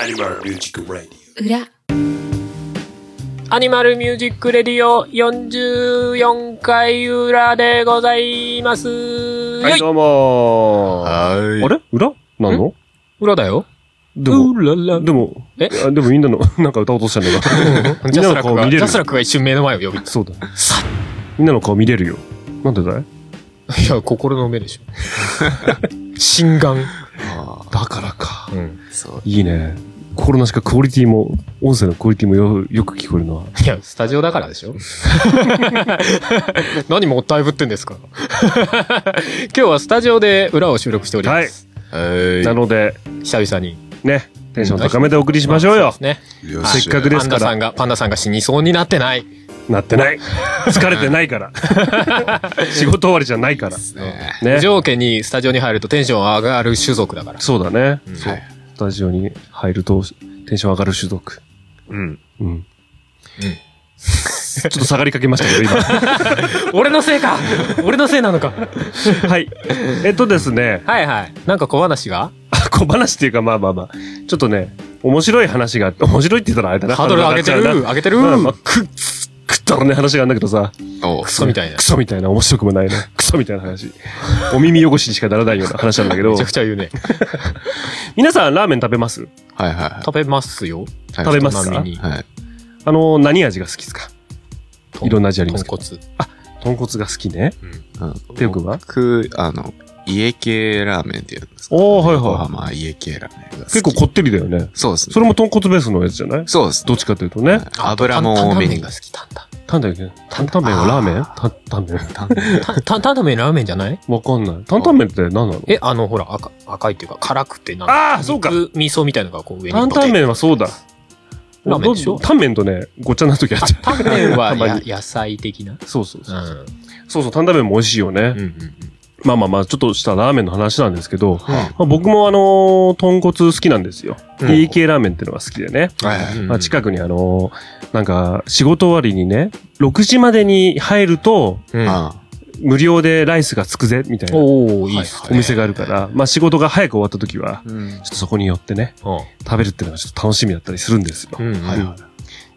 アニマルミュージックラディ裏アニマルミュージックレディオ44回裏でございます。はよい、いどうもーはーい。あれ裏なの裏だよ。でも、うららでも、えあでもみんなの、 なんか歌おうとしたんだが。み ジんャなのスラック顔が、見れジるャ。スラックが一瞬目の前を呼び、そうだ。みんなの顔見れるよ。なんでだいいや、心の目でしょ。心眼。あだからか。うん。ーそう。いいね。心なしかクオリティも、音声のクオリティもよよく聞こえるのは。いや、スタジオだからでし ょ何もったいぶってんですか今日はスタジオで裏を収録しております。はい。なので、久々に。ね、テンション高めてお送りしましょうよ。ね。よせっかくパでンすダかさんら。が、パンダさんが死にそうになってない。なって ない。疲れてないから。仕事終わりじゃないから。ね。ね無。条件にスタジオに入るとテンション上がる種族だから。そうだね。うんそう。スタジオに入ると、テンション上がる種族。うん。うん。 ちょっと下がりかけましたけど、今。俺のせいか俺のせいなのかはい。えっとですね、はいはい。なんか小話があ小話っていうか、まあまあまあ、ちょっとね、面白い話があって、面白いって言ったらあれだな。ハードル上げてるな上げてるまあまあく、くったらね話があるんだけどさ、おクソみたいなク。ソみたいな、面白くもないな、クソみたいな話。お耳汚しにしかならないような話なんだけどめちゃ、くちゃ言うね。皆さんラーメン食べますはいはい。食べますよ。食べますちなかみに。はい。あの、何味が好きですかといろんな味ありますけど豚骨。豚骨が好きね。うん。てよくんは僕、あの、家系ラーメンって言うんですかおーはいはい横浜家系ラーメンが好き。結構こってりだよね。そうですね。それも豚骨ベースのやつじゃないそうです。どっちかというとね。油も多め担々に麺が。好きなんだ。担々麺、担々麺はラーメン担々麺。た担々麺ラーメンじゃないわかんない。担々麺って何なのえ、あの、ほら、赤、赤いっていうか、辛くてなんか。ああ、そうか。肉味噌みたいのがこう上に。担々。麺はそうだ。ラーメンでしょどタンメンとね、ごっちゃになるときあっちゃ担々麺はたまやに野菜的な。う。そうそううそう。ん。そうそう、担々麺も美味しいよねうんう。んうん。まあまあまあ、ちょっとしたラーメンの話なんですけど、うんまあ僕もあのー、豚骨好きなんですよ。うん DK ラーメンってのが好きでね。はいはい。まあ近くにあのー、なんか、仕事終わりにね、6時までに入ると、うんあ無料でライスがつくぜ、みたいなおー、いいっすおね。店があるから、まあ仕事が早く終わったときは、ーうんちょっとそこに寄ってね、う食べるっていうのがちょっと楽しみだったりするんですよ。ん。うん。はいは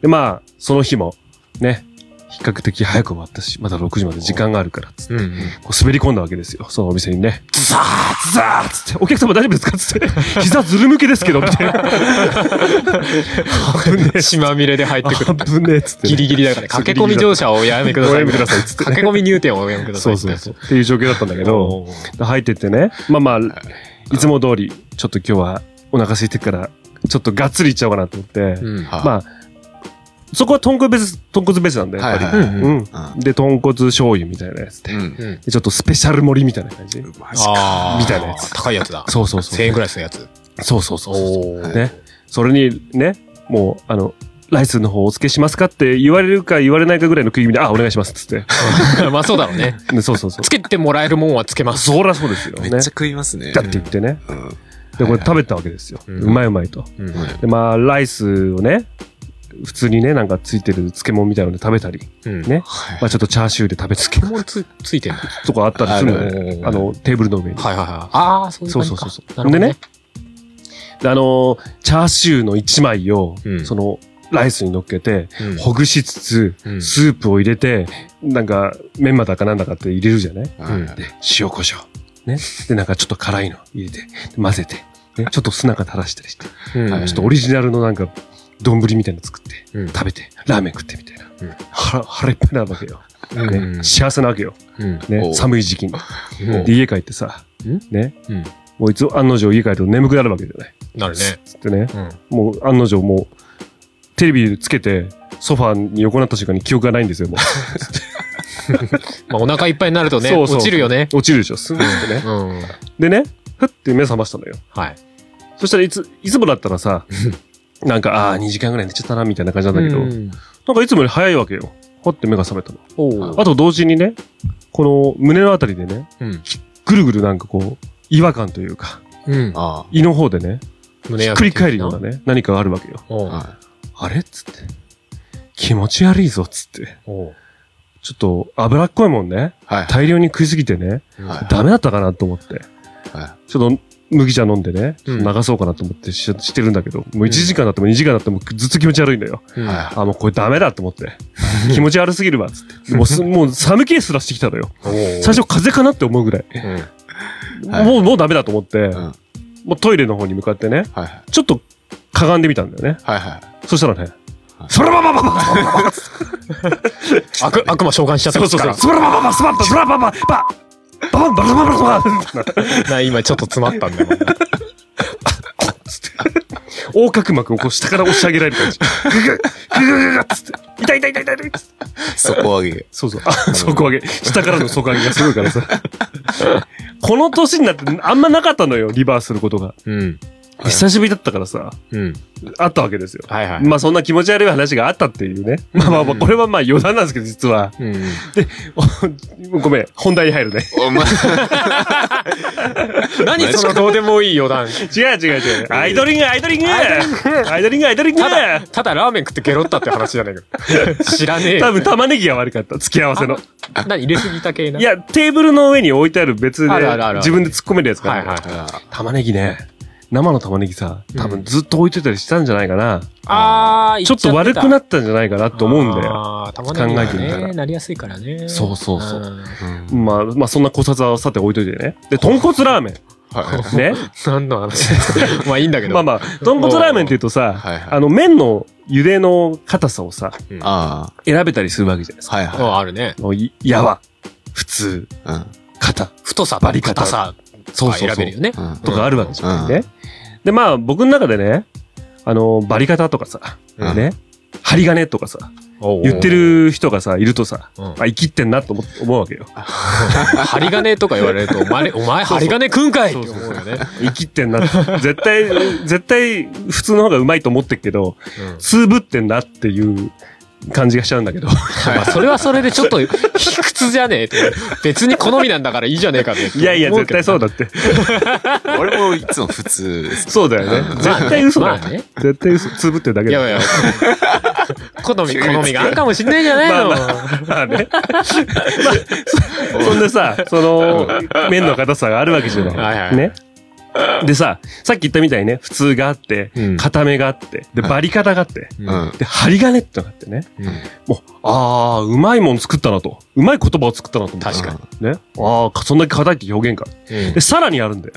で、まあ、その日も、ね、比較的早く終わったし、まだ6時まで時間があるから、つって、うんうこん。う滑り込んだわけですよ、そのお店にね。ズザーズザーつって、お客様大丈夫ですかつって、 膝ずるむけですけど、みたい な。血まみれで入ってくる。危ねえ、つってね、ギリギリ だから、駆け込み乗車をおやめください。おやめくださいつってね駆け込み入店をおやめくださそい。うそうそう。っていう状況だったんだけど、おー入ってってね、まあまあ、いつも通り、ちょっと今日はお腹空いてるから、ちょっとがっつりいっちゃおうかなと思って、うん。はまあ、そこは豚骨ベース、豚骨ベースなんだよ、やっぱり。はいはいはいうん。あ。で、豚骨醤油みたいなやつで。うん。うん。でちょっとスペシャル盛りみたいな感じ。マジか。ああ。みたいなやつ高いやつだ。そうそうそう。 1000円くらいするやつ。そうそうそうそう。おー。ね。それに、ね、もう、あの、ライスの方お付けしますかって言われるか言われないかぐらいの食い気味で、あ、お願いしますっつって。まあそうだろうね。でそうそうそうつ。けてもらえるもんはつけます。そらそうですよめね。だっちゃって食いますね。言ってね。うん。で、これ食べたわけですよ。うんうまいうまいと。うんうんで、まあ、ライスをね、普通にね、なんかついてる漬物みたいなので食べたり、うん。ね。はいまあ、ちょっとチャーシューで食べつけポケモンつついてる。は いとかあったりするのあるねね。あの、テーブルの上に。はいはい。ああ、そういうそ感うじそかうそうそう。なるほどね。で、あのー、チャーシューの一枚を、うんその、ライスに乗っけて、うんほぐしつつ、うんスープを入れて、なんか、メンマだかなんだかって入れるじゃないはいで、塩胡椒。ね。で、なんかちょっと辛いの入れて、で混ぜて、ね、ちょっと砂が垂らしたりして、うんちょっとオリジナルのなんか、丼みたいなの作って、うん食べて、ラーメン食ってみたいな。うん腹、腹いっぱいなわけよ。うんねうん幸せなわけよ。うんおね。う寒い時期に。うんで、家帰ってさん、ね。うんもういつも案の定家帰ると眠くなるわけじゃない。なるね。つってね。うん。もう案の定もう、テレビつけて、ソファに横になった瞬間に記憶がないんですよ、もう。まあお腹いっぱいになるとね、そうそう落ちるよね。落ちるでしょ、すんってねう。ん。でね、ふって目覚ましたのよ。はい。そしたらいつ、いつもだったらさ、なんか、ああー、2時間ぐらい寝ちゃったな、みたいな感じなんだけど、うん。なんかいつもより早いわけよ。ほって目が覚めたの。おーあと同時にね、この胸のあたりでね、うんぐるぐるなんかこう、違和感というか、うん。あ胃の方でね、胸ひっ焼くけり的な返るようなね、何かがあるわけよ。おあ。うはあれっつって。気持ち悪いぞ、つって。おうちょっと、脂っこいもんね。い。はい。大量に食いすぎてね、はいダメだったかなと思って。はちょっと、麦茶飲んでね、うん流そうかなと思ってししてるんだけど、もう1時間だっても2時間だってもずっと気持ち悪いんだよ。うんあー、もうこれダメだと思って。気持ち悪すぎるわ、つって。もうす、もう寒気すらしてきたのよ。最初風邪かなって思うぐらい。うんはいはいもう、もうダメだと思って、うんはいもうトイレの方に向かってね、はいちょっとかがんでみたんだよね。はいはいそしたらねは、いそらばばばば悪、悪魔召喚しちゃったそうそうそう、そらばばば、そらばば、そらばばば、ばばばばばばばば な、今ちょっと詰まったんだよ。横隔膜をこう下から押し上げられる感じ。ぐぐぐぐぐぐっつって。痛い痛い痛い痛い痛いっつって。底上げ。そうそう。あ、底上げ。下からの底上げがすごいからさ。この年になってあんまなかったのよ、リバースすることが。うん。はい久しぶりだったからさ、うん。あったわけですよ。はいは。 まあそんな気持ち悪い話があったっていうね。まあまあまあ、これはまあ余談なんですけど、実 は。うん。おごめん、本題に入るね。お前、何そのどうでもいい余談。違う違う違う。 アイドリング、アイドリングアイドリング、アイドリングただ、ただラーメン食ってゲロったって話じゃない けど。知らねえ多よ。分玉ねぎが悪かった。付き合わせの。。何入れすぎた系ないや、テーブルの上に置いてある別であるあるあ、る自分で突っ込めるやつかはいら。はい。あ玉ねぎね。生の玉ねぎさ、多分ずっと置いてたりしたんじゃないかな。あー、ちょっと悪くなっったんじゃないかなたと思うんだよ。あー、たまには考えてみたらね、なりやすいからね。。そうそうそうんーまあ、まあそんな考察はさて置いといてね。で、豚骨ラーメン。はい。ね。何の話 まあいいんだけど。まあまあ、豚骨ラーメンって言うとさ、はいはいあの、麺の茹での硬さをさ、あ選べたりするわけじゃないですあ。はいうんはあるね。か。もういやわ、普通、い。うん。硬、太さバとリカタ硬さそううそう選そべうるよ、ね。うんとかあるわけじゃんね。で、まあ、僕の中でね、あの、バリ方とかさ、うんね、針金とかさ、言ってる人がさ、いるとさ、うんあ、生きってんなと思思うわけよ。針金とか言われると、お 前、お前、針金くんかいって思うよね。生きってんな って。絶対、絶対、普通の方がうまいと思ってるけど、うんつぶってんなっていう感じがしちゃうんだけど。まあそれはそれでちょっと、卑屈じゃねえって。別に好みなんだからいいじゃねえかねって。 いやいや、絶対そうだって。俺もいつも普通です。そうだよね。絶対嘘だまあよね。絶対嘘。つぶってるだけいだやよ。いや。好み、好みがあるかもしんないじゃないの。まあまあね。まあ、 そそんでさ、その、麺の硬さがあるわけじゃない。はいはいね。でさ、さっき言ったみたいにね、普通があってう、ん硬めがあって、で、はいバリ方があって、う。うんんうん。で、針金ってのがあってね。もう、ああ、うまいもん作ったなと。うまい言葉を作ったなと思った。確かにね。ああ、そんだけ硬いって表現か。うんで、さらにあるんだよ。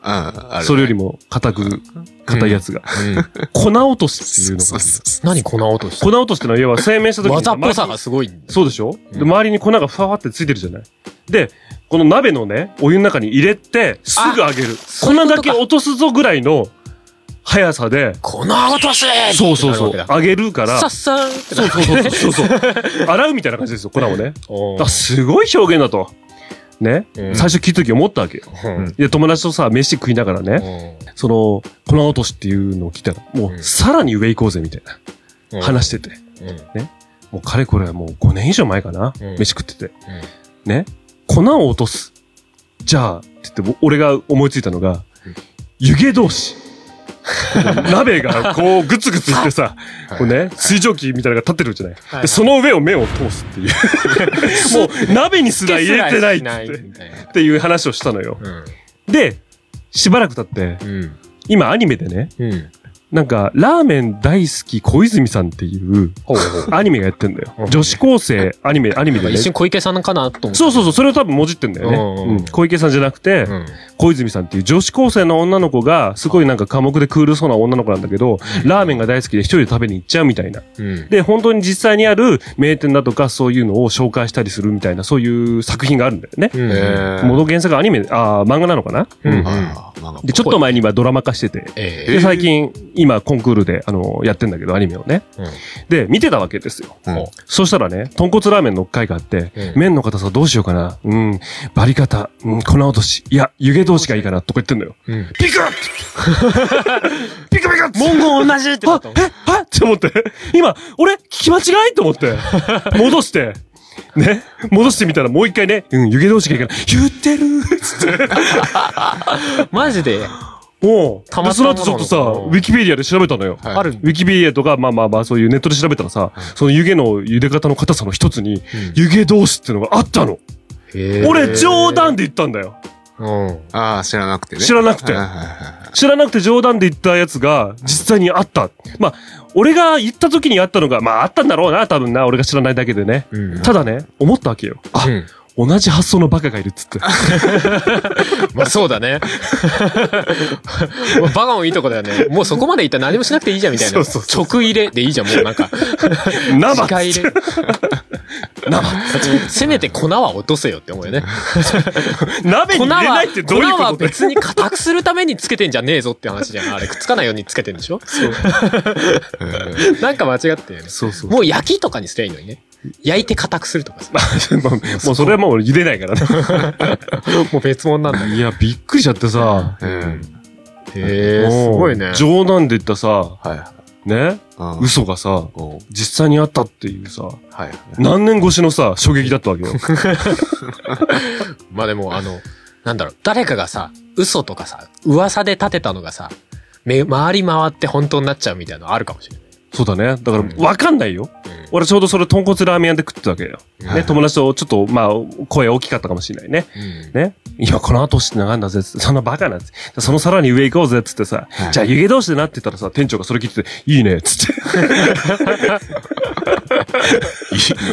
ある。それよりも。も硬く、硬いやつが。うん。粉落としっていそううのそがうある。そう。何粉落とし粉落としってのは、要は製麺した時に。技っぽさがすごい。そうでしょ、うんで、周りに粉がふわーってついてるじゃないで、この鍋のね、お湯の中に入れて、すぐ揚げる。そういう粉こだとかけ落とすぞぐらいの速さで、粉落としそうそうそう、さ揚げるから、っさーんってなそうるそうそうそうそう、洗うみたいな感じですよ、粉をね。おあ、ーすごい表現だと。ね、うん最初聞いた時思ったわけよ。うんで、友達とさ、飯食いながらね、その、粉落としっていうのを聞いたら、もうう、んさらに上行こうぜ、みたいな、うん話してて。うんもうかれこれもう5年以上前かな、うん飯食ってて。ね粉を落とす。じゃあ、って言っても、俺が思いついたのが、湯気同士。鍋がこうグツグツしてさ、こうね、水蒸気みたいなのが立ってるじゃない。はいでその上を麺を通すっていう。 もう鍋にすら入れてないっつってみたいなっていう話をしたのよ。で、しばらく経って、うん。今アニメでね、うん。なんか、ラーメン大好き小泉さんっていうほうほう。アニメがやってんだうよ。ん女子高生アニメ、アニメでね一。瞬小池さんかなと思って。そうそうそう、それを多分もじってんだよね。うんうんうんうん小池さんじゃなくて、うん。小泉さんっていう女子高生の女の子が、すごいなんか寡黙でクールそうな女の子なんだけど、ラーメンが大好きで一人で食べに行っちゃうみたいな。うん。で、本当に実際にある名店だとかそういうのを紹介したりするみたいな、そういう作品があるんだよね。うんえー。元原作はアニメ、ああ、漫画なのかなうんああ、なんかで、ちょっと前に今ドラマ化してて、えで、最近、今コンクールで、あの、やってんだけど、アニメをね。うんで、見てたわけですよ。うんそしたらね、豚骨ラーメンの回があって、うん麺の硬さどうしようかな。うん、バリ方、うん、粉落とし、いや、湯気同士がいいかな、とか言ってんのよ。え。うん。ピクッピクピ ク文言同じってなったもんえはって思って。 今、俺、聞き間違いと思って。戻して。ね。戻してみたらもう一回ね、うん、湯気同士がいいかな。言ってるつって。マジで、もう、たでまたそまの後なのちょっとさ、うんウィキペディアで調べたのよ。はいあるんウィキペディアとか、まあまあまあ、そういうネットで調べたらさ、その湯気の茹で方の硬さの一つに、湯気同士ってのがあったの。だ俺、冗談で言ったんだよ。うん。ああ、知らなくてね。知らなくてはいはいはい知らなくて冗談で言ったやつが、実際にあった。まあ、俺が言った時にあったのが、まあ、あったんだろうな、多分な、俺が知らないだけでね。うん。ただね、思ったわけよ。あ、うん同じ発想のバカがいるっ つって。まあそうだね。 バカもいいとこだよね。もうそこまでいったら何もしなくていいじゃんみたいな。そうそうそ直入れでいいじゃん、もうなんか。生直入れ。せめて粉は落とせよって思うよね。鍋粉に入れはないって、粉どういうはことだよ別に固くするためにつけてんじゃねえぞって話じゃん。あれくっつかないようにつけてんでしょなんか間違ってよね。そうそう。もう焼きとかにすりゃいいのにね。焼いて固くするとかさ。もうもうそれはもう入れないからね。もう別物なん だ。いや、びっくりしちゃってさ。うんうん。へえ、すもうごいね。冗談で言ったさ、はいね、はい。嘘がさ、うん。お実際にあったっていうさ、はい。何年越しのさ、衝撃だったわ けよ。まあでも、あの、なんだろう、誰かがさ、嘘とかさ、噂で立てたのがさ、め回り回って本当になっちゃうみたいなのあるかもしれない。そうだね。だかうんら、わかんないよ。うん俺ちょうどそれ豚骨ラーメン屋で食ってたわけよ。はね、い友達とちょっと、まあ、声大きかったかもしれないね。うんね。今この後して長いんだぜっつって、そんなバカなっつって、そのさらに上行こうぜっつってさ、はいじゃあ湯気同士でなってたらさ、店長がそれ聞いてて、 いいねっ つって。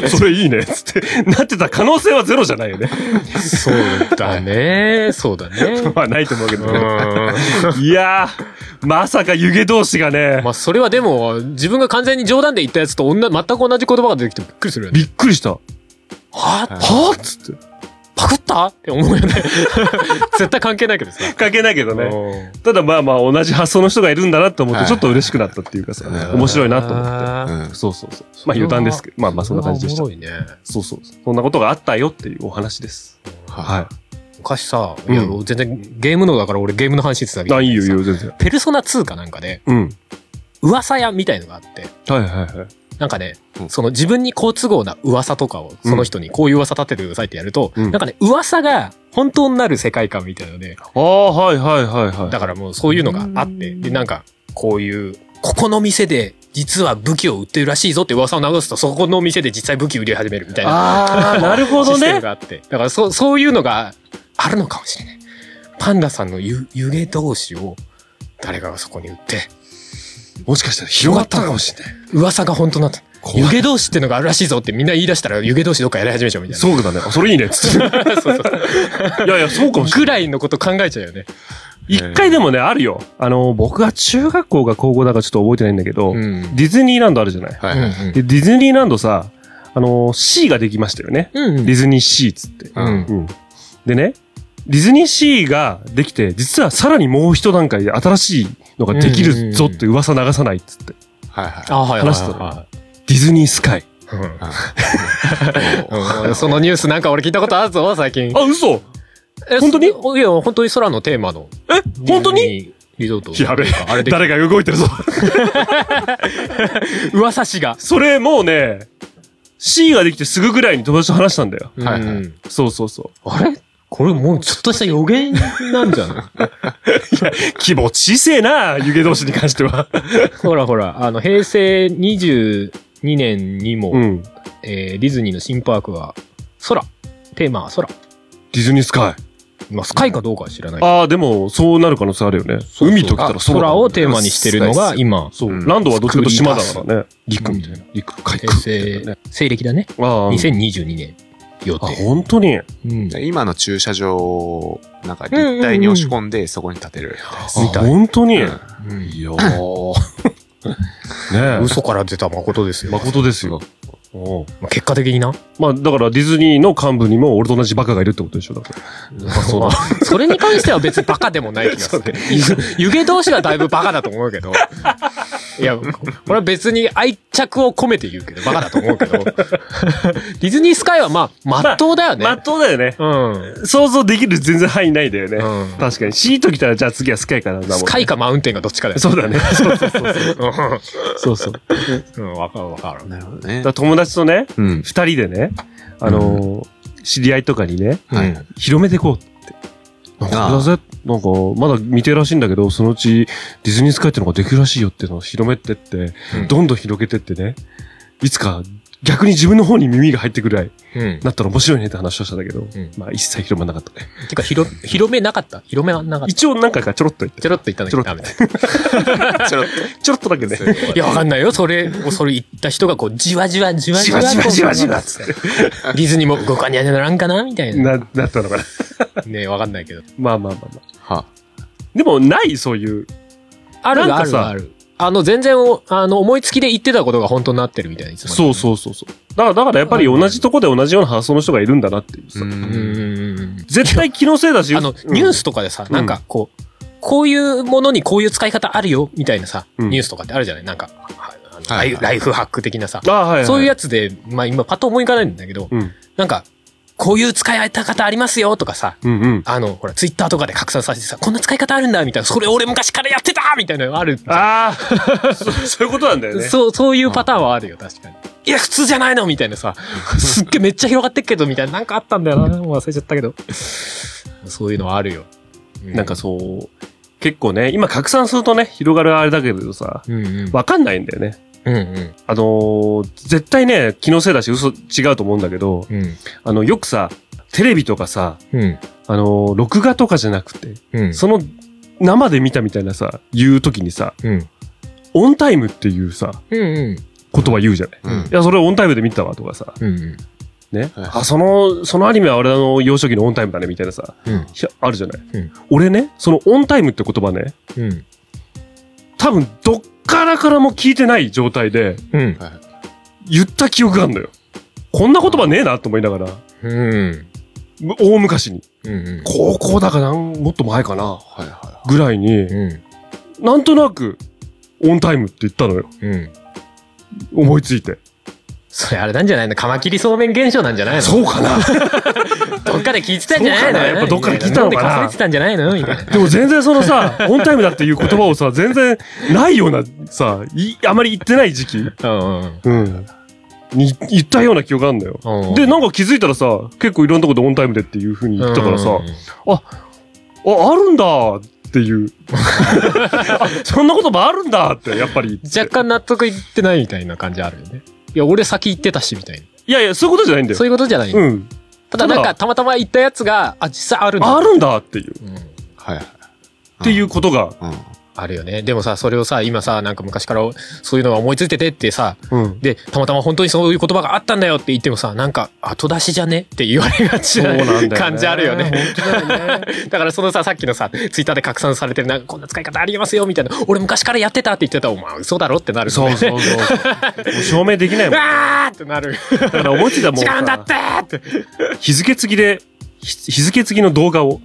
それいいねっつって、なってた可能性はゼロじゃな いよね。そうだね。そうだね。まあないと 思うけどうね。ん。いやー、まさか湯気同士がねま、あ、それはでも、自分が完全に冗談で言ったやつと同じ、全く同じ言葉が出てきてびっくりするよね。びっくりした。ははぁっつって。パクったって思うよね。絶対関係ないけどさ。関係ないけどね。ね。ただまあまあ同じ発想の人がいるんだなと思っはて、いちょっと嬉しくなったっていうかさなる、ほど面白いなと思って。思うんそうそうそう。まあ余談ですけど、まあまあそんな感じでしたおも。ろいね。そうそうそう。そんなことがあったよっていうお話です。はは昔さ、いや、う全然ゲームのだから俺ゲームの話してたけい。ど。あ、いいよいい。よ、全然。ペルソナ2かなんかで、うん。噂屋みたいのがあって、はいはいはい。なんかね、うんその自分に好都合な噂とかを、その人にこういう噂立ててくださいってやると、うんなんかね、噂が本当になる世界観みたいので、ああ、はいはいはいはい。だからもうそういうのがあって、で、なんか、こういう、ここの店で実は武器を売ってるらしいぞって噂を流すと、そこの店で実際武器売り始めるみたいなああ、なるほシどステムね。があって、だからそそういうのがあるのかもしれない。パンダさんの湯湯気同士を誰かがそこに売って、もしかしたら広がったのかもしれない。噂が本当になった。怖い湯気同士ってのがあるらしいぞってみんな言い出したら湯気同士どっかやり始めちゃうみたいな。そうだね。あそれいいね。つって。そうそうそういやいや、そうかもしれぐない。らいのこと考えちゃうよね。一回でもね、あるよ。あの、僕が中学校が高校だからちょっと覚えてないんだけど、ん。ディズニーランドあるじゃない。い。はいはい。で、ディズニーランドさ、あの、C ができましたよね。うんうんディズニーシーつって。うんうん。でね、ディズニーシーができて、実はさらにもう一段階で新しいのができるぞって噂流さないっつって。はいはい。あ、はいはいはいはい。話してたのディズニースカイ。うんうんそのニュースなんか俺聞いたことあるぞ、最近。あ、嘘え 本当にそいや、本当に空のテーマの。え本当にリゾート。やべえあれ。で、誰が動いてる ぞ。噂師が。それもうね、C ができてすぐぐらいに友達と話したんだよ。はいはいうんそうそうそう。 あれこれもうちょっとした予言なんじゃない規模小せえな、湯気同士に関しては。 ほらほら、あの、平成22年にも、うん。デえーディズニーの新パークは、空。テーマは空。ィズニースカイ。まあ、スカイかどうかは知らない。ああ、でも、そうなる可能性あるよね。うそう海と来たら空だもんね。空をテーマにしてるのが今、そう、うんランドはどっちかというと島だからね。陸みたいな。陸、海平空みたいな成ね。、西暦だね。ああうん2022年予あ、定。本当に。うんで今の駐車場を、なんか立体に押し込んで、そこに建てるみたいであす。本当に。いやうんー。ね嘘から出た誠ですえ。よ。誠ですよ。おうまあ結果的にな。まあ、だからディズニーの幹部にも俺と同じバカがいるってことでしょ、だから。 それに関しては別にバカでもない気が する。湯気同士はだいぶバカだと思うけど。いや、これは別に愛着を込めて言うけど、バカだと思うけど。ディズニースカイはまあ、まっとうだよね。まっとうだよね。うん。想像できる全然範囲ないんだよね。うん確かに。シート来たら、じゃあ次はスカイかな、だもんねスカイかマウンテンかどっちかだよ。そうだね。そうそうそうそう。うそうそう。だかん。うん、わかるわかる。なるほどね。ら友達とね、うん。二人でね、あのー知り合いとかにね、はういん。広めてこうって。なんか、ああだぜ、なんか、まだ未定らしいんだけど、そのうち、ディズニースカイってのができるらしいよっていうのを広めてって、うんどんどん広げてってね、いつか、逆に自分の方に耳が入ってくるぐらい、うん。なったら面白いねって話をしたんだけど、うんまあ一切広まんなかったね。てか、広、広めなかった。広めはなかった。一応何回かちょろっと言ってちょろっと言ったんだけどダメだ。 ちょろっちょろっとだけね。いや、わかんないよ。それ、それ言った人がこう、じわじわじわじわ。じわじわじわつって。ディズニーも動かにゃにゃならんかなみたいな。な、なったのかな。ねわかんないけど。まあまあまあまあ。と。はでもない、そういう。あるなんあかるさある。あの、全然お、あの、思いつきで言ってたことが本当になってるみたいな。いつもそうそうそうそう。だから、だからやっぱり同じとこで同じような発想の人がいるんだなっていうう。さ。うんんうんうんうん。絶対気のせいだし。あの、うんニュースとかでさ、んなんかこう、こういうものにこういう使い方あるよ、みたいなさ、うんニュースとかってあるじゃないなんか、はあのラはいイライフハック的なさ。あはい、はい。そういうやつで、まあ今パッと思い浮かないんだけど、うん。なんか、こういう使い方ありますよとかさ、うんうん。あの、ほら、ツイッターとかで拡散させてさ、こんな使い方あるんだみたいな、それ俺昔からやってたみたいなのある。ああ、 そそういうことなんだよね。そう、そういうパターンはあるよ、確かに。いや、普通じゃないのみたいな さ、すっげえめっちゃ広がってっけど、みたいな、なんかあったんだよな、もう忘れちゃったけど。そういうのはあるよ。うなんか、そう、結構ね、今拡散するとね、広がるあれだけどさ、うんうん。わかんないんだよね。うんうん。あのー絶対ね、気のせいだし嘘違うと思うんだけど、うん。あの、よくさ、テレビとかさ、うん。あのー録画とかじゃなくて、うん。その、生で見たみたいなさ、言うときにさ、うん。オンタイムっていうさ、うんうん。言葉言うじゃない。うい。んや、それオンタイムで見たわとかさ、うんね。はいあ、その、そのアニメは俺の幼少期のオンタイムだね、みたいなさ、うんひゃあるじゃない。うん俺ね、そのオンタイムって言葉ね、うん。多分どっからからも聞いてない状態でうん。はい言った記憶があるのよ。こんな言葉ねえなと思いながら、うん。む大昔に。うん。高校だからなんもっと前かな、はいはぐらいに、うん。なんとなく、オンタイムって言ったのよ。うん。思いついて。それあれなんじゃないのカマキリそうめん現象なんじゃないのそう かなどっかで聞いてたんじゃないそうかのなやっぱどっかで聞いた飲んのかなで隠れてたんじゃないのみたいな。でも全然その さ、オンタイムだっていう言葉をさ、全然ないようなさ、いあまり言ってない時期うんうん。に、言ったような記憶があるんだよ。うんうん。で、なんか気づいたらさ、結構いろんなとこでオンタイムでっていう風に言ったからさ、うんうんうんあ、あるんだっ ていう。あそんな言葉あるんだって、やっぱり言って。若干納得いってないみたいな感じあるよね。いや、俺先行ってたし、みたいな。いやいや、そういうことじゃないんだよそう。いうことじゃない、うん。ただなんか、たまたま行ったやつが、あ、実際あるんだ。あるんだっていう。うんい。はいはい。っていうことが。うん。あるよね。でもさ、それをさ、今さ、なんか昔からそういうのが思いついててってさ、うん。で、たまたま本当にそういう言葉があったんだよって言ってもさ、なんか、後出しじゃねって言われがちなそうなんだよね感じあるよね。だからそのさ、さっきのさ、ツイッターで拡散されてる、なんかこんな使い方ありえますよみたいな、俺昔からやってたって言ってたら、お前嘘だろってなる、そうそうそう。もう証明できないもん。だわーってなる。から思いついたらもう違さ。うんだってーって。日付付きで、ひ日付付きの動 画を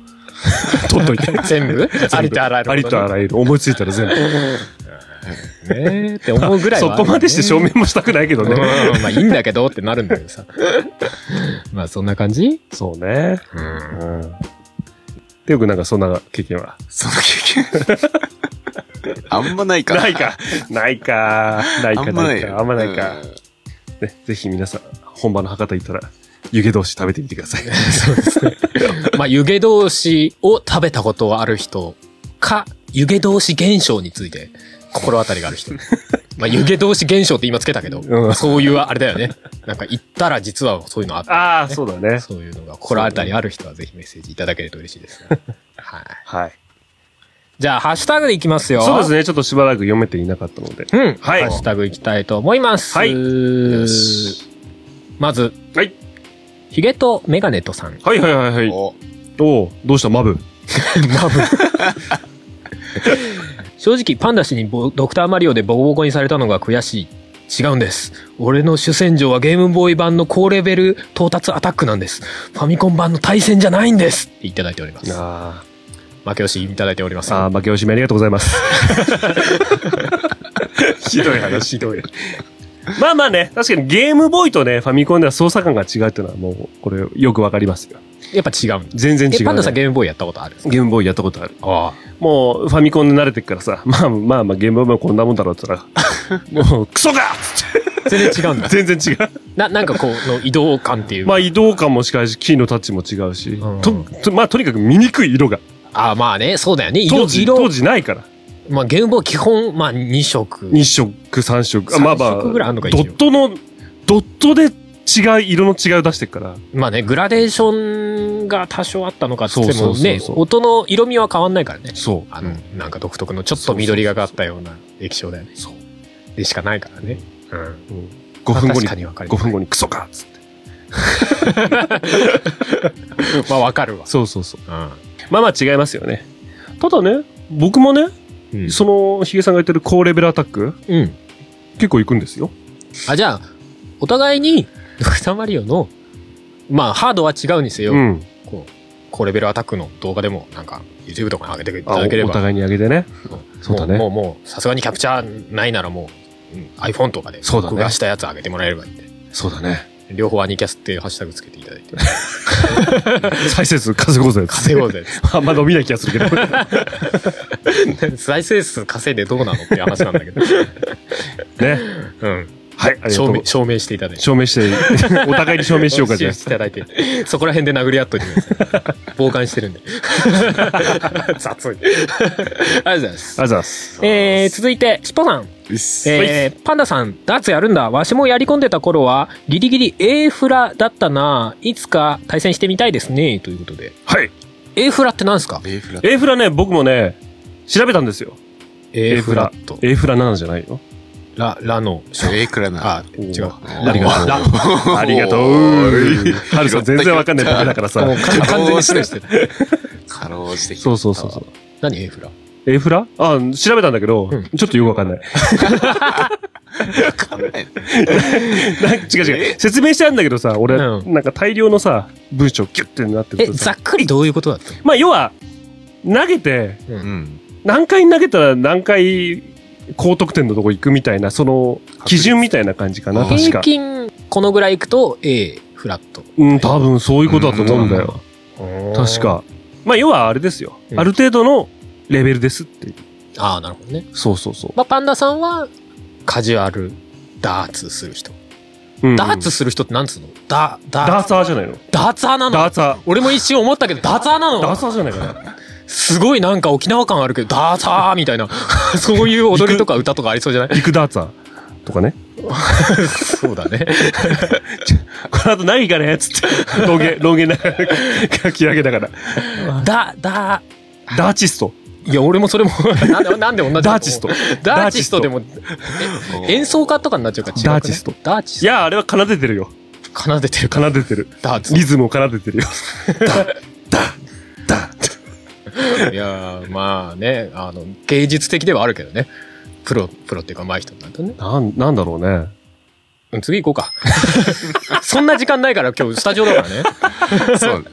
撮っといて。全部ありとあらゆる。ありとあらゆる。思いついたら全部。ゆる。ねーって思うぐらいそはあるよね、こまでして証明もしたくないけどね。うんまあいいんだけどってなるんだけどさ。 まあそんな感じそうね。うん。うん。てよくなんかそんな経験は。その経験。 あんまないかない。 か。ないか。ないあか。んまなないい。か。あんまないかう。ん。ね、ぜひ皆さん、本場の博多行ったら、湯気同士食べてみてください。まあ湯気同士を食べたことある人か、湯気同士現象について心当たりがある 人。 まあ湯気同士現象って今つけたけど、うんそういうあれだよね。なんか行ったら実はそういうのあった。 ああ、そうだね。そういうのが心当たりある人はぜひメッセージいただけると嬉しい ですね、はい。はい。じゃあハッシュタグでいきますよ。 そうですね。ちょっとしばらく読めていなかったので。うん。はいハッシュタグいきたいと思います。はいまず、はい。ヒゲとメガネとさん。はいはいはいはい。おおうどうしたマブ。正直、パンダ氏にボドクターマリオでボコボコにされたのが悔しい。違うんです。俺の主戦場はゲームボーイ版の高レベル到達アタックなんです。ファミコン版の対戦じゃないんですっていただいております。あ負け惜しいただいております。あ。ああ、負け惜しみありがとうございます。 ひどい話、ひどい。まあまあね、確かにゲームボーイとね、ファミコンでは操作感が違うっていうのはもう、これよくわかりますよ。やっぱ違うんだ。全然違う、え、ね。パンダさんゲームボーイやったことあるゲームボーイやったことある。ああ。もう、ファミコンで慣れてっからさ、まあまあまあ、ゲームボーイもこんなもんだろうって言ったら、 もう、クソが全然違 うんだ。全然違う。な、なんかこう、の移動感っていうか。まあ移動感も違うし、キーのタッチも違うし、うんととまあとにかく醜い色が。ああ、まあね、そうだよね。色、当時、色当、時ないから。まあゲームボーイ基本、まあ2色。 2色、3色。あまあまあ、三色ぐらいあんのかド一応ットのドットで違い、色の違いを出してるから。まあね、グラデーションが多少あったのかっつってそうそうもそうねそ、う音の色味は変わんないからね。そあの、なんか独特のちょっと緑がかったような液晶だよね。そう。でしかないからね。うん。う。うん、5分まあ確後に、かにわかる5分後にクソかっつって。まあわかるわ。そうそうそう。うまあまあ違いますよね。ただね、僕もね、ん。うん。そのヒゲさんが言ってる高レベルアタック、うん。結構行くんですよ。あ、じゃあ、お互いに、ドクターマリオの、まあ、ハードは違うにせよ、ん。こう、高レベルアタックの動画でも、なんか、YouTube とかに上げていあただけれおおば、互いにあげてね。うんそうだねもう、もう、もうさすがにキャプチャーないならもう、うん iPhone とかで、そうだね録画したやつ上げてもらえればいいんで。そうだね。両方アニキャスっていうハッシュタグつけていただいて、再生数稼ごうぜ。稼ごうぜ。 あんま伸びない気がするけど。 再生数稼いでどうなのっていう話なんだけ ど。ね。うん。はい、ありがと証明、う。証明していただいて。証 明して、お互いに証明しようかじゃあ証明していただいて。そこら辺で殴り合っといてください。傍観してるんで。 雑い。ありがとうございます。あざっす。 えー、続いて、しっぽさん。うっすえー、パンダさん、ダーツやるんだ。わしもやり込んでた頃は、ギリギリ A フラだったな。いつか対戦してみたいですね。ということで。はい。 A フラって何ですかベイフラ A フラね、僕もね、調べたんですよ。 A フラット。 A フラ7じゃないよ。ラ、ラの、ベイクラな。あ、違う。ありがラ、 ありが とう。ハルさん全然わかんないだけだからさ。もう完完全に失礼してる。かろうじてきたそうそうそうそう。何 A フラ A フラあ、調べたんだけど、うんちょっとよくわか んない。わかんない。な違う違う。説明してあるんだけどさ、俺、うなんか大量のさ、文章ギュッてなってえ、るとざさっ。くりどういうことだったのまあ、要は、投げて、うん。何回投げたら何回高得点のとこ行くみたいな、その、基準みたいな感じかな、確確平か。均、このぐらいいくと A フラット。うん、多分そういうことだと思うんだよ。確。か。まあ、要はあれですよ。うんある程度のレベルですって。ああ、なるほどね。そうそうそまあ、パンダさんは、カジュアル、ダーツする人。う。うんダーツする人ってなんつうのダ、ダダーーツ。サーじゃないのダーツ派なのダーサ俺も一瞬思ったけど、ダーツ派なー。ダーのサーじゃないかな。すごいなんか沖縄感あるけど、ダーツーみたいな。 そういう踊りとか歌とかありそうじゃない陸ダーツァーとかね。 そうだね。この後何かねっつって。ロゲ、 ロゲな、書き上げだから。ダ、ダダーチスト。いや、俺もそ れもなんで、 なんで同じダーチスト。ダーチストでも、え演奏家とかになっちゃうから違う、ね。ダーチスト。ダーチスいや、あれは奏でてるよ。ト。奏でてるか。奏でてる。ダーツ。リズムを奏でてるよ。ダ、ダ、ダ。いやー、まあね、あの、芸術的ではあるけどね。プロ、プロっていうか上手い人になるとね。なん、なんだろうね。うん、次行こ うか。そんな時間ないから今日スタジオだからね。そう。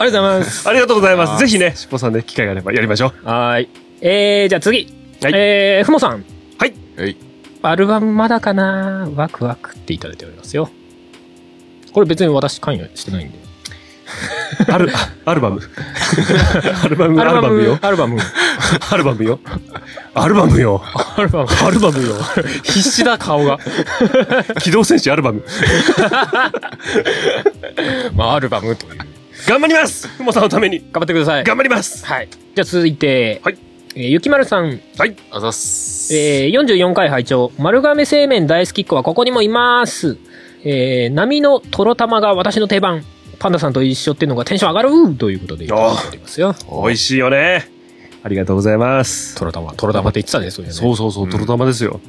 ありがとうございます。ありがとうございまあーす。ぜひね、しっぽさんね、機会があればやりましょう。はーい。えー、じゃあ次。はいえー、ふもさん。はい。アルバムまだかなワクワク。っていただいておりますよ。これ別に私関与してないんで。ア ル、アルバム。アルバム、アルバムよ。アルバム。 アルバムよ。アルバムよ。アルバム。 アルバムよ。必死だ顔が。機動戦士アルバム。 まあ、アルバムという。頑張りますふもさんのために。頑張ってください。頑張りますはい。じゃあ続いて。はい。えー、ゆきまるさん。あざっす。えー、44回拝聴丸亀製麺大好きっ子はここにもいます。えー、波のとろ玉が私の定番。パンダさんと一緒っていうのがテンション上がるということでいただいておりますよ。美味しいよね。ありがとうございます。トロタマ、トロタマって言ってたね、そういうそううそうそう、とろ玉ですよ。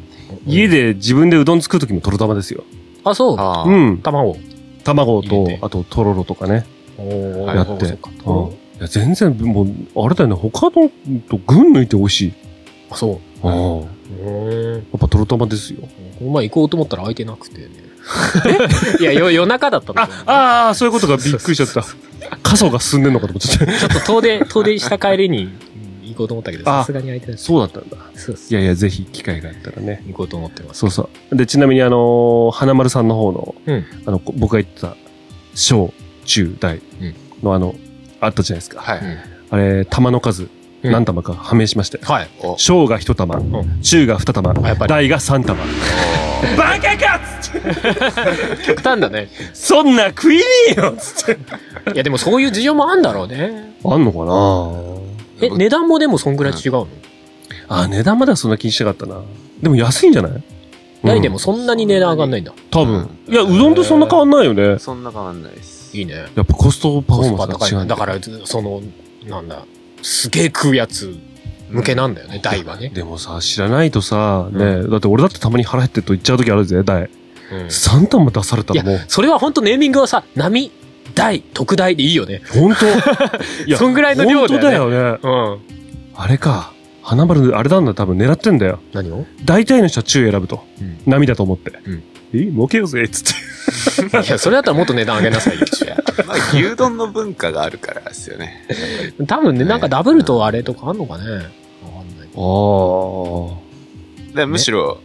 ん家で自分でうどん作るときもとろ玉ですよ。あ、そう。あうーん。卵。卵入とれて、あととろろとかね。おーやって。うんか。いや全然、もう、あれだよね、他のと群抜いて美味しい。あ、そう。ああ。うやん。っぱとろ玉ですよ。この前行こうと思ったら空いてなくてね。 いや、よ夜中だったんだあけど、ああ、そういうことがびっくりしちゃ った。過疎が進んでんのかと思っちゃった。ちょっと遠出、遠出した帰りにうん行こうと思ったけど、あさすがに空いてない。 そうだったんだ。そうですい。やいや、ぜひ機会があったらね。行こうと思ってます。そうそう。で、ちなみにあのー花丸さんの方の、うんあの、こ僕が言ってた、小、中、大のあの、あったじゃないですか。はい。あれ、玉の数、うん何玉か判明しましたよ。はい。お小が一玉、ん中が二玉、やっぱり大が三玉。バカかっつって極端だね。そんな食いねえよっつって。いや、でもそういう事情もあんだろうね。あんのかえ、値段もでもそんぐらい違うのなあ、値段まではそんな気にしなかったな。でも安いんじゃないないでもそんなに値段上がんないんだ。多分。いや、うどんとそんな変わんないよね。そんな変わんないです。いいね。やっぱコストパフコォスーパマン高スいがな違うんだだ。から、その、なんだ、すげえ食うやつ向けなんだよね、台はね。でもさ、知らないとさ、うね、だって俺だってたまに腹減ってると言っちゃう時あるぜ、大。うん3玉出されたいらやもう、、それは本当ネーミングはさ、波、大、特大でいいよね。ほんと。いやそん ぐらいのほ量んとだだよね。よね。うん。あれか。花丸、あれなんだ、多分狙ってんだよ。何を大体の人は中選ぶと。うん波だと思って。うんえ、儲けようぜ、つ って。いや、それだったらもっと値段上げなさいよ。いや、まあ、牛丼の文化があるからですよね。多分ね、なんかダブルとあれとかあんのかね。わかんない。ああ。でむしろ、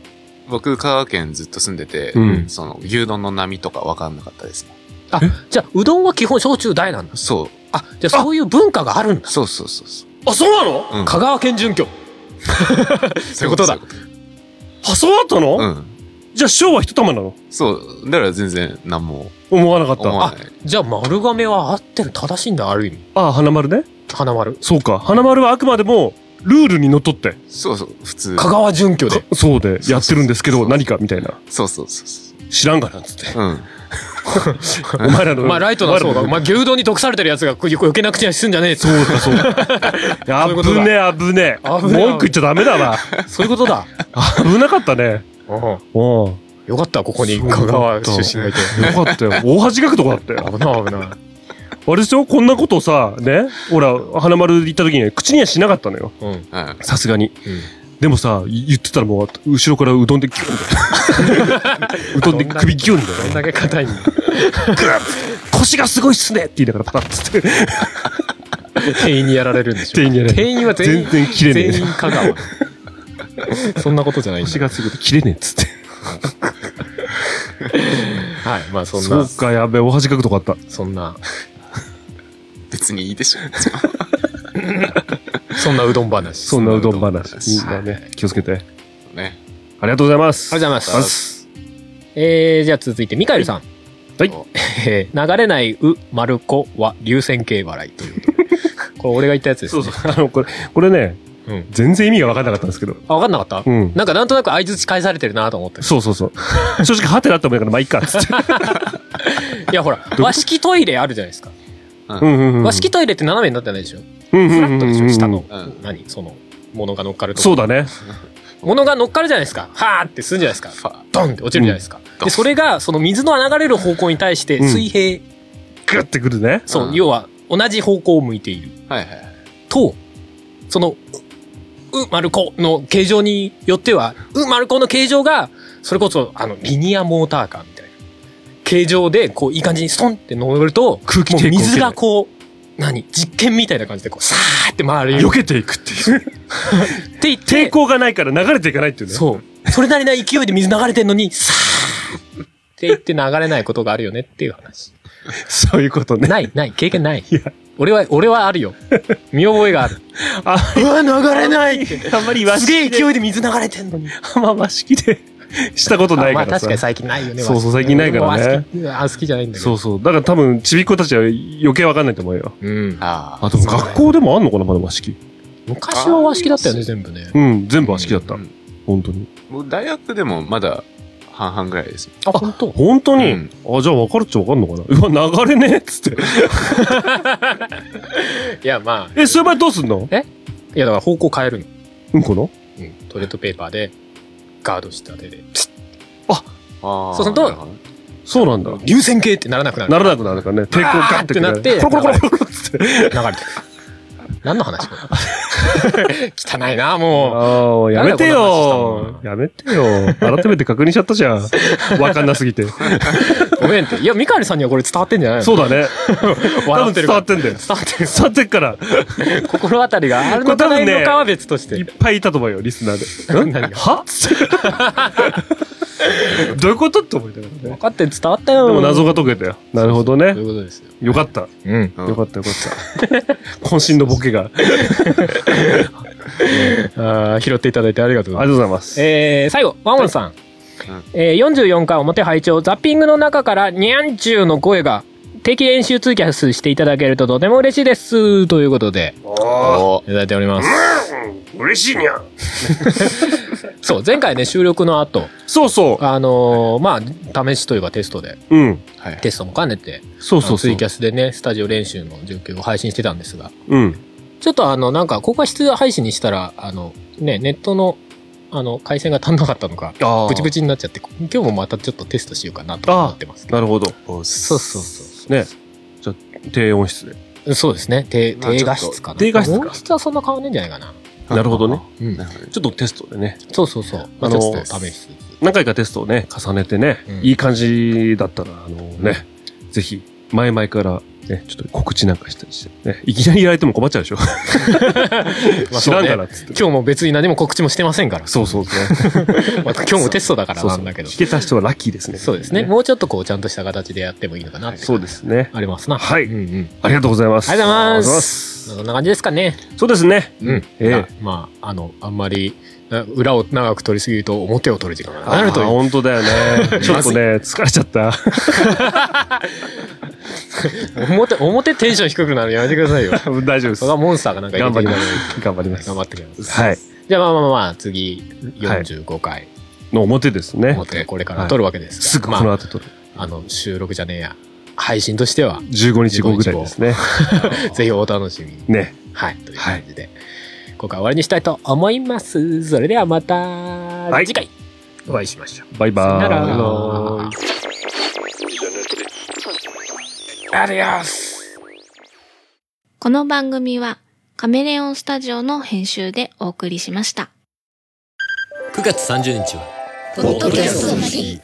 僕、香川県ずっと住んでて、うんその、牛丼の波とか分かんなかったですもん。あ、じゃあ、うどんは基本焼酎大なんだ。そう、あ、じゃあそういう文化があるんだ。そうそうそうそう。あ、そうなのうん香川県準拠。そいううことだいうこあ、そうだったの、とうん。じゃあ、小は一玉なのそう、だから全然何も思わなかっ思た。わあない。じゃあ、丸亀は合ってる、正しいんだ、ある意味。あ、花丸ね。花丸。そうか。花丸はあくまでも、ルールにのっとって、そうそう、普通。香川準拠で。そうでやってるんですけそうど、そうそう何かみたいな。そうそうそうそ知らんがな、つ って。う。うん。お前らの。まあ、ライトな層が、おお前らの前、牛丼に毒されてるやつが、こう余計な口にはすんじゃねえ。そうそうか、そうか。そういうこ危とねえ、危ねえ。危ねえ文句言っちゃダメだわ。そういうことだ。危なかったね。うんうん。よよかった、ここにそう香川出身がいて。かったよ。大恥かくとこだったよ。危ない危ない。あれでしょこんなことさ、ね。ほら、花丸行った時には口にはしなかったのよ。うん。うん。さすがに。でもさ、い言ってたらもう、後ろからうどんでギュ ンって。うどんで首ギュンだどんよ。だけ硬いんだ。腰がすごいっすねって言いながらパタッつって。店員にやられるんでしょ。店員にやられる店員は全員全、然切れねえ全員香川。 そんなことじゃないん腰だ。がすごい切れねえっつって。はい。まあ、そんそうな、か、やべえ、お恥かくとこあった。そんな、別にいいでしょ。そんなうどん話。そんなうどんそん話。みんななうどん話ね、気をつけて。ね。ありがとうございます。。ありがとうございますえー、じゃあ続いて、ミカエルさん。はいえー。流れない、う、丸子は、流線形笑いということで。これ、俺が言ったやつです、そね。うそう。あの、これ、これねうん、全然意味が分からなかったんですけど。あ、わかんなかった、うん。なんか、なんとなく相槌返されてるなと思って。そうそ うそう。正直、ハテナって思いながら、まあ、いっか、つって。いや、ほら、和式トイレあるじゃないですか。うんうんうん。和式トイレって斜めになってないでしょうんうんフうんラうんッうんトでしょ下のうん。何その、物が乗っかるとこ。そうだね。物が乗っかるじゃないですか。はーってするんじゃないですか。ファドンって落ちるじゃないですか。ドで、ンそれが、その水の流れる方向に対して、うん水平、グッてくるね。そうう、ん要は、同じ方向を向いている。はいはいはい。と、その、う、う丸子の形状によっては、う丸子の形状が、それこそ、あの、リニアモーターカーみたいな。形状で、こう、いい感じにストンって乗ると、空気も抵う抗を受ける水がこう、何実験みたいな感じで、こう、さーって回るよ避っけていくっていう。て言って抵、抗がないから流れていかないっていうね。そう。それなりな勢いで水流れてんのに、さーって言って流れないことがあるよねっていう話。そういうことね。ない、ない、経験ないや。俺は、俺はあるよ。見覚えがある。あうわ、流れないあんまり和すげえ式で、勢いで水流れてんのに。あんま和式でしたことないまかあら確さか。に最近ないよね。そうそう最近ないからね俺も好き。あ、好きじゃないんだけそど。うそう。だから多分、ちびっ子たちは余計わかんないと思うよ。うん。ああ。あ、でもそうだね学校でもあんのかな、まだ和式。昔は和式だったよね、全部ね。うん、全部和式だったう。ん本当に。僕、大学でもまだ半々ぐらいです。あ、本当。本当に、うんあ、じゃあ分かるっちゃ分かんのかなう わ、流れねえっつって。いや、まあ、え、そういう場合どうすんのいや、だから方向変えるの。うんこのうん。トイレットペーパーで、ガードした手で、ピシッああ。そうそうどうなるほねそうなんだ。流線形ってならなくなる。ならなくなるからね。抵抗ガッてくるあーってなってコロコロコロコロっつって。流れてく。何の話これ汚いな、もああ、やめてよなんだこんな話したの。やめてよ。改めて確認しちゃったじゃん。 わかんなすぎて。う。ごめんって。いや、ミカエルさんにはこれ伝わってんじゃないのそうだね。多笑っ分て伝るわかってんだよ。ら。伝わってる。伝わってっから、心当たりがあるのかないのかは別とし。いってぱいいたと思うよ、リスナーで。ん何がは つってどういうことって思いながら分ね。かってる伝わったよ。でも謎が解けたよ。なるほどそういね。うことですよ。よかった。うん。うんよかったよかった。 渾身のボケが。ありあー拾っていただいてありがとうございますがとうございます。えー最後、ワンワンさん。うんえー44回表拝聴ザッピングの中から、にゃんちゅうの声が、定期練習ツイキャスしていただけるととても嬉しいです。ということで、おいただいております。嬉しいにゃ。そう、前回ね、収録の後、そうそあのーまあ、試しというかテストで、う。うん。はい。テストも兼ねて、そうそうそう。ツイキャスでね、スタジオ練習の状況を配信してたんですが、うん。ちょっとあの、なんか、公開室配信にしたら、あの、ね、ネットの、あの、回線が足んなかったのか、ああ。ブチブチになっちゃって、今日もまたちょっとテストしようかなと思ってます。なるほど。そうそうそね。じゃあ、低音質で。う。そうですね。低、まあ低画質かな。低画質か音質はそんな変わんないんじゃないかな。なるほどね。うんな。るほどねちょっとテストでね。そうそうそう。まああちのょっと試しつつ。何回かテストをね、重ねてね、うんいい感じだったら、あのね、ぜひ、前々から、ね、ちょっと告知なんかしたりして、ね、いきなりやられても困っちゃうでし ょ。まあ 知そうらんねからっつって。今日も別に何も告知もしてませんから。そうそうそう。 まあ今日もテストだからなんだけど。そうそう聞けた人はラッキーですね。そうですね。もうちょっとこう、ちゃんとした形でやってもいいのかなって。そうですね。ありますな。はいうんうん。ありがとうございます。ありがとうございま。ありがとうございますそんな感じですかね。すそうですね。うん。ええ。まあ、あの、あんまり、な裏を長く取りすぎると表を取る時間がなくなるとあーいう。本当だ よね。ちょっとね、疲れちゃった。 表、表テンション低くなるのやめてくださいよ。大丈夫です それ。はモンスターがなんか。頑張りますす。頑張ります頑。張ってくれます。はい。じゃあまあまあまあ、次、45回、の表ですね。表これから撮るわけですが。すぐこまのあ、後撮る。あの、収録じゃねえや。配信として は、 15日後ぐらいですね。ぜひお楽しみに。ね。はい、という感じで、今回は終わりにしたいと思います。それではまた、はい次回、お会いしましょう。バイバさよならーイ。アディオスこの番組はカメレオンスタジオの編集でお送りしました。 9月30日は、ポッドキャストの日。